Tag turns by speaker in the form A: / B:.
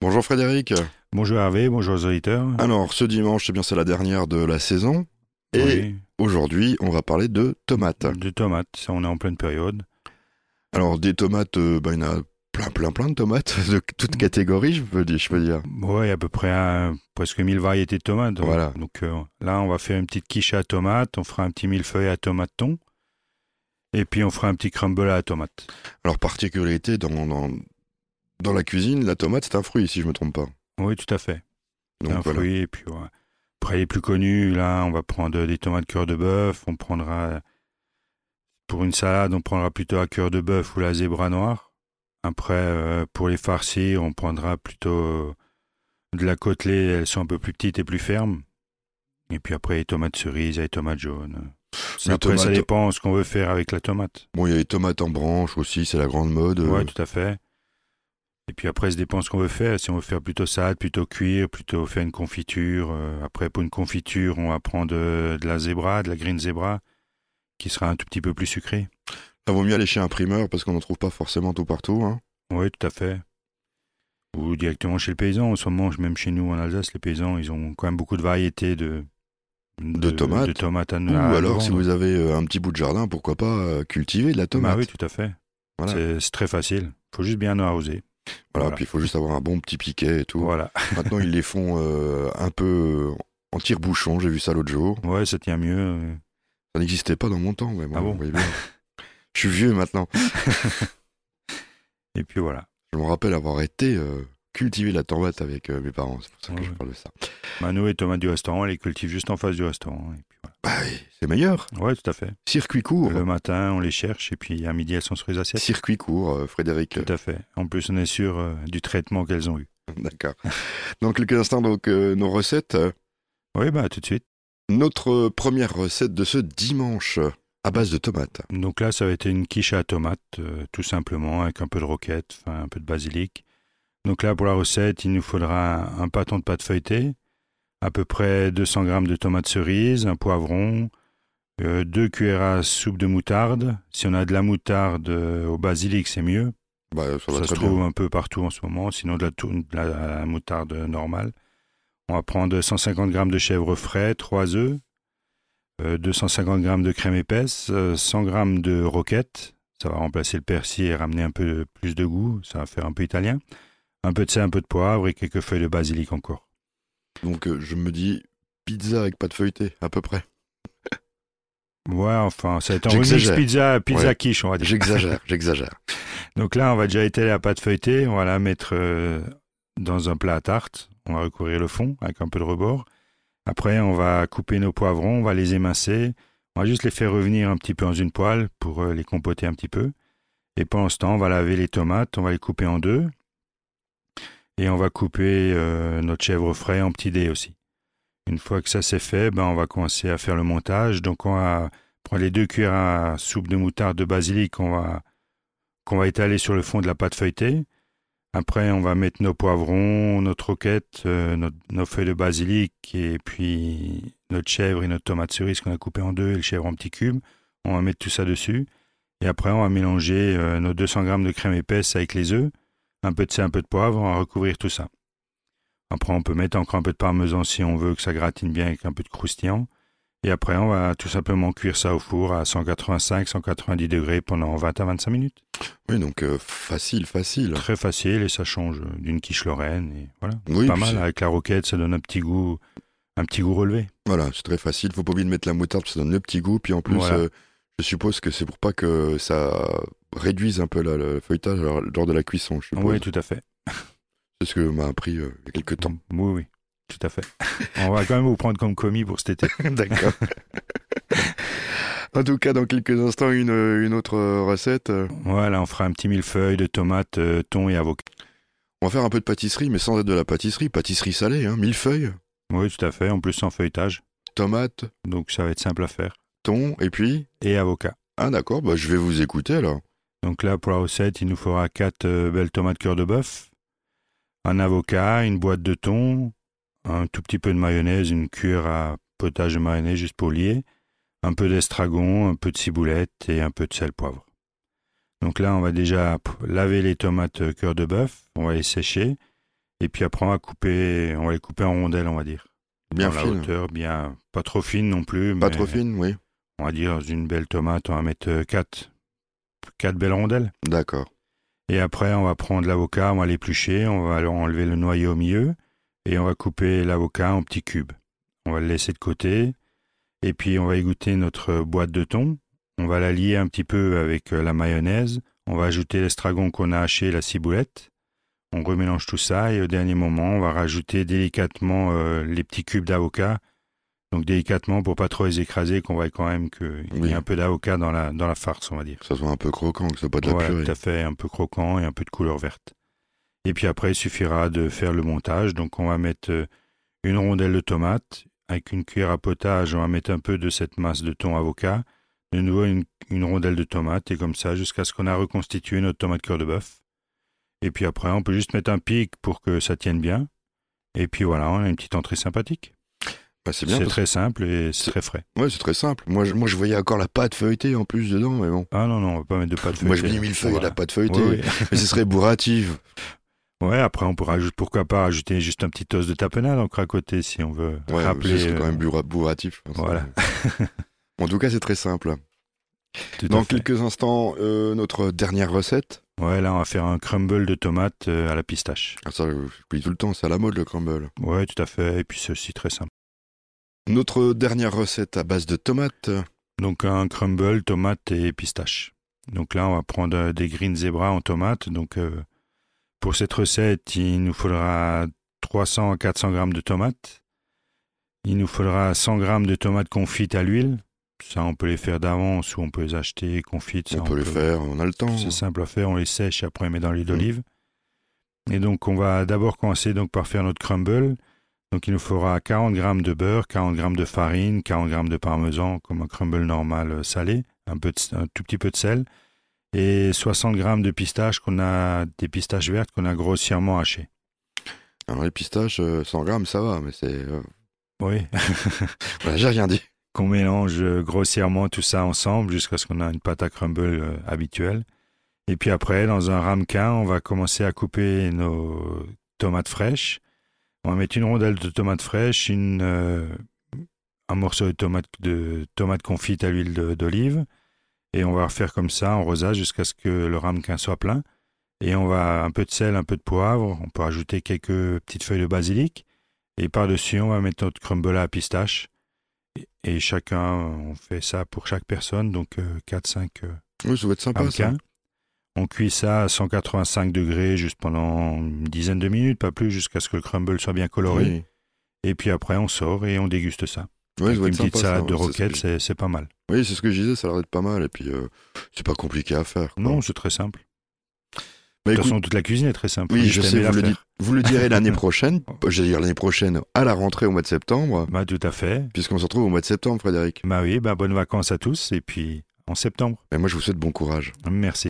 A: Bonjour Frédéric.
B: Bonjour Hervé, bonjour aux auditeurs.
A: Alors, ce dimanche, c'est bien, c'est la dernière de la saison. Et
B: Oui,
A: aujourd'hui, on va parler de tomates.
B: des tomates, ça on est en pleine période.
A: Alors, des tomates, euh, bah, il y en a plein, plein, plein de tomates, de
B: Mm.
A: toutes catégories, je peux dire. Je peux dire.
B: Ouais, à peu près euh, presque 1000 variétés de tomates. Donc,
A: Voilà.
B: Donc euh, là, on va faire une petite quiche à tomate, on fera un petit millefeuille à tomate thon, et puis on fera un petit crumble à la tomate.
A: Alors, particularité, dans, dans, dans la cuisine, la tomate, c'est un fruit, si je me trompe pas.
B: Oui, tout à fait.
A: Donc,
B: un
A: voilà.
B: fruit, et puis ouais. après les plus connus, là, on va prendre euh, des tomates cœur de bœuf, on prendra euh, pour une salade, on prendra plutôt la cœur de bœuf ou la zébra noire. Après, euh, pour les farcis, on prendra plutôt euh, de la côtelée, elles sont un peu plus petites et plus fermes. Et puis après, les tomates cerises, et les tomates jaunes.
A: Les
B: après, ça
A: tomates-
B: dépend ce qu'on veut faire avec la tomate.
A: Bon, il y a les tomates en branche aussi, c'est la grande mode. euh,
B: Ouais, tout à fait. Et puis après, ça dépend ce qu'on veut faire. Si on veut faire plutôt salade, plutôt cuire, plutôt faire une confiture. euh, après, pour une confiture, on va prendre euh, de la zébra, de la green zébra, qui sera un tout petit peu plus sucrée.
A: Ça vaut mieux aller chez un primeur parce qu'on n'en trouve pas forcément tout partout. hein.
B: Oui, tout à fait. Ou directement chez le paysan. En ce moment, même chez nous en Alsace, les paysans, ils ont quand même beaucoup de variétés de,
A: De tomates.
B: de tomates à,
A: Ou
B: à
A: alors, si
B: vendre.
A: vous avez euh, un petit bout de jardin, pourquoi pas euh, cultiver de la tomate.
B: Bah oui, tout à fait.
A: Voilà.
B: C'est- C'est très facile. faut juste bien arroser.
A: Voilà,
B: Voilà.
A: puis il faut juste avoir un bon petit piquet et tout.
B: Voilà.
A: Maintenant, ils les font euh, un peu en tire-bouchon, j'ai vu ça l'autre jour.
B: Ouais, ça tient mieux. euh,
A: Ça n'existait pas dans mon temps, mais bon,
B: Ah bon
A: vous voyez bien. Je suis vieux maintenant.
B: Et puis voilà.
A: Je me rappelle avoir été euh, cultiver la tomate avec euh, mes parents, c'est pour ça que
B: Ouais,
A: je
B: ouais.
A: parle de ça.
B: Mano et tomates du restaurant, elle les cultive juste en face du restaurant. Et puis
A: Bah oui, c'est meilleur.
B: voilà. Ouais, tout à fait.
A: Circuit court.
B: Le matin, on les cherche et puis à midi, elles sont sur les assiettes.
A: Circuit court, euh, Frédéric.
B: Tout à fait. En plus, on est sûr euh, du traitement qu'elles ont eu.
A: D'accord. Dans quelques instants, donc, euh, nos recettes.
B: Oui, bah à tout de suite.
A: Notre première recette de ce dimanche, à base de tomates.
B: Donc là, ça va être une quiche à tomate, euh, tout simplement, avec un peu de roquette, enfin, un peu de basilic. Donc là, pour la recette, il nous faudra un, un pâton de pâte feuilletée, à peu près 200 grammes de tomates cerises, un poivron, euh, deux cuillères à soupe de moutarde. Si on a de la moutarde euh, au basilic, c'est mieux.
A: Bah, ça va
B: Ça se
A: très
B: trouve
A: bien.
B: un peu partout en ce moment, sinon de la, tourne- de la moutarde normale. On va prendre 150 g de chèvre frais, 3 œufs, euh, 250 g de crème épaisse, euh, 100 g de roquette. Ça va remplacer le persil et ramener un peu plus de goût. Ça va faire un peu italien. Un peu de sel, un peu de poivre et quelques feuilles de basilic encore. hein.
A: Donc, euh, je me dis pizza avec pâte feuilletée, à peu près.
B: Ouais, enfin, ça va être un remix
A: J'exagère.
B: pizza, pizza
A: Ouais.
B: quiche, on va dire.
A: J'exagère, j'exagère.
B: Donc là, on va déjà étaler la pâte feuilletée, on va la mettre euh, dans un plat à tarte, on va recouvrir le fond avec un peu de rebord. Après, on va couper nos poivrons, on va les émincer, on va juste les faire revenir un petit peu dans une poêle pour euh, les compoter un petit peu. Et pendant ce temps, on va laver les tomates, on va les couper en deux. Et on va couper euh, notre chèvre frais en petits dés aussi. Une fois que ça c'est fait, ben, on va commencer à faire le montage. Donc on va prendre les deux cuillères à soupe de moutarde de basilic, on va qu'on va étaler sur le fond de la pâte feuilletée. Après, on va mettre nos poivrons, notre roquette, euh, notre- nos feuilles de basilic et puis notre chèvre et notre tomate cerise qu'on a coupé en deux et le chèvre en petits cubes. On va mettre tout ça dessus. Et après, on va mélanger euh, nos 200 grammes de crème épaisse avec les œufs, un peu de sel, un peu de poivre, on va recouvrir tout ça. Après, on peut mettre encore un peu de parmesan si on veut que ça gratine bien avec un peu de croustillant. Et après, on va tout simplement cuire ça au four à 185-190 degrés pendant 20 à 25 minutes.
A: Oui, donc euh, facile, facile.
B: Très facile et ça change euh, d'une quiche lorraine et voilà.
A: Oui,
B: pas
A: puis
B: mal
A: c'est-
B: avec la roquette, ça donne un petit goût, un petit goût relevé.
A: Voilà, c'est très facile. Faut pas oublier de mettre la moutarde, ça donne le petit goût. Puis en plus,
B: Voilà.
A: euh, je suppose que c'est pour pas que ça réduise un peu la- le feuilletage lors lors de la cuisson. Je suppose.
B: Oui, tout à fait.
A: C'est ce que m'a appris euh, il y a quelques temps.
B: Oui, oui, tout à fait. On va quand même vous prendre comme commis pour cet été.
A: D'accord. en tout cas, dans quelques instants, une, une autre euh, recette.
B: Voilà, on fera un petit millefeuille de tomates, euh, thon et avocat.
A: On va faire un peu de pâtisserie, mais sans être de la pâtisserie. Pâtisserie salée, hein, millefeuille,
B: Oui, tout à fait. En plus, en feuilletage.
A: tomate,
B: Donc, ça va être simple à faire.
A: thon, et puis.
B: Et avocat.
A: Ah d'accord, bah, je vais vous écouter alors.
B: Donc là, pour la recette, il nous faudra 4 belles tomates cœur de bœuf, un avocat, une boîte de thon, un tout petit peu de mayonnaise, une cuillère à potage de mayonnaise juste pour lier, un peu d'estragon, un peu de ciboulette et un peu de sel poivre. Donc là, on va déjà p- laver les tomates cœur de bœuf, on va les sécher Et puis après, on va couper, on va les couper en rondelles, on va dire.
A: Bien
B: dans la
A: fine.
B: hauteur, bien, pas trop fine non plus.
A: Pas
B: mais
A: trop fine, oui.
B: On va dire une belle tomate, on va mettre 4, 4 belles rondelles.
A: D'accord.
B: Et après, on va prendre l'avocat, on va l'éplucher, on va leur enlever le noyau au milieu et on va couper l'avocat en petits cubes. On va le laisser de côté. Et puis, on va égoutter notre boîte de thon. On va la lier un petit peu avec euh, la mayonnaise. On va ajouter l'estragon qu'on a haché, et la ciboulette. On remélange tout ça et au dernier moment, on va rajouter délicatement euh, les petits cubes d'avocat. Donc délicatement pour pas trop les écraser, qu'on voit quand même qu'il y
A: Oui.
B: a un peu d'avocat dans la, dans la farce, on va dire.
A: Que ça soit un peu croquant, que ce soit pas de la
B: Voilà,
A: purée.
B: tout à fait, un peu croquant et un peu de couleur verte. Et puis après, il suffira de faire le montage. Donc on va mettre euh, une rondelle de tomate, avec une cuillère à potage, on va mettre un peu de cette masse de thon avocat, de nouveau une, une rondelle de tomate, et comme ça jusqu'à ce qu'on a reconstitué notre tomate cœur de bœuf. Et puis après, on peut juste mettre un pic pour que ça tienne bien. Et puis voilà, on a une petite entrée sympathique.
A: Bah, c'est bien.
B: C'est
A: parce-
B: très simple et c'est
A: C'est-
B: très frais.
A: Ouais, c'est très simple. Moi je, moi, je voyais encore la pâte feuilletée en plus dedans, mais bon.
B: Ah non, non, on va pas mettre de pâte feuilletée.
A: Moi, je me dis mille feuilles
B: Voilà.
A: la pâte feuilletée.
B: Ouais, ouais.
A: Mais ce serait bourrative.
B: Ouais, après on pourra juste, pourquoi pas ajouter juste un petit os de tapenade encore à côté si on veut
A: Ouais,
B: rappeler.
A: ce serait quand
B: euh,
A: même bourra- bourratif. je pense.
B: Voilà.
A: En tout cas, c'est très simple.
B: tout à
A: Dans
B: fait.
A: quelques instants, euh, notre dernière recette.
B: Ouais, là on va faire un crumble de tomates euh, à la pistache.
A: Ah, ça, je dis tout le temps, c'est à la mode le crumble.
B: Ouais, tout à fait. Et puis c'est aussi très simple.
A: Notre dernière recette à base de tomates.
B: Donc un crumble tomate et pistache. Donc là on va prendre euh, des green zebra en tomates. Donc euh, pour cette recette il nous faudra 300 à 400 grammes de tomates. Il nous faudra 100 grammes de tomates confites à l'huile. Ça on peut les faire d'avance ou on peut les acheter confites. ça,
A: on peut les faire, on a le temps.
B: C'est simple à faire, on les sèche et après on les met dans l'huile d'olive. Et donc on va d'abord commencer donc par faire notre crumble. Donc il nous faudra 40 grammes de beurre, 40 grammes de farine, 40 grammes de parmesan comme un crumble normal euh, salé, un, peu de- un tout petit peu de sel et 60 grammes de pistaches qu'on a des pistaches vertes qu'on a grossièrement hachées.
A: Alors les pistaches, euh, 100 grammes, ça va, mais c'est. euh,
B: Oui,
A: voilà, j'ai rien dit.
B: qu'on mélange euh, grossièrement tout ça ensemble jusqu'à ce qu'on a une pâte à crumble euh, habituelle. Et puis après, dans un ramequin, on va commencer à couper nos tomates fraîches. On va mettre une rondelle de tomates fraîches, une, euh, un morceau de tomate, de tomate confite à l'huile de- d'olive. Et on va refaire comme ça en rosage jusqu'à ce que le ramequin soit plein. Et on va un peu de sel, un peu de poivre. On peut ajouter quelques petites feuilles de basilic. Et par-dessus, on va mettre notre crumble à pistache. Et- Et chacun, euh, on fait ça pour chaque personne, donc euh, 4-5
A: Oui, ça doit être sympa ça.
B: ramequins. On cuit ça à 185 degrés juste pendant une dizaine de minutes, pas plus, jusqu'à ce que le crumble soit bien coloré.
A: Oui,
B: Et puis après, on sort et on déguste ça.
A: oui ça
B: Avec
A: doit
B: une
A: être sympa.
B: petite salade
A: ça,
B: de
A: ouais, c'est ce que
B: roquette,
A: je-
B: c'est c'est pas mal.
A: Oui, c'est ce que je disais, ça a l'air d'être pas mal. Et puis, euh, c'est pas compliqué à faire. quoi.
B: Non, c'est très simple.
A: Bah,
B: de toute
A: écoute,
B: façon, toute la cuisine est très simple.
A: oui,
B: Faut
A: je
B: juste
A: sais,
B: aimer
A: vous
B: la
A: le,
B: faire.
A: dites- vous le direz l'année prochaine. J'allais dire l'année prochaine à la rentrée au mois de septembre,
B: Bah, tout à fait.
A: puisqu'on se retrouve au mois de septembre, Frédéric.
B: Bah oui, bah, bonnes vacances à tous et puis en septembre.
A: Et moi, je vous souhaite bon courage.
B: Merci.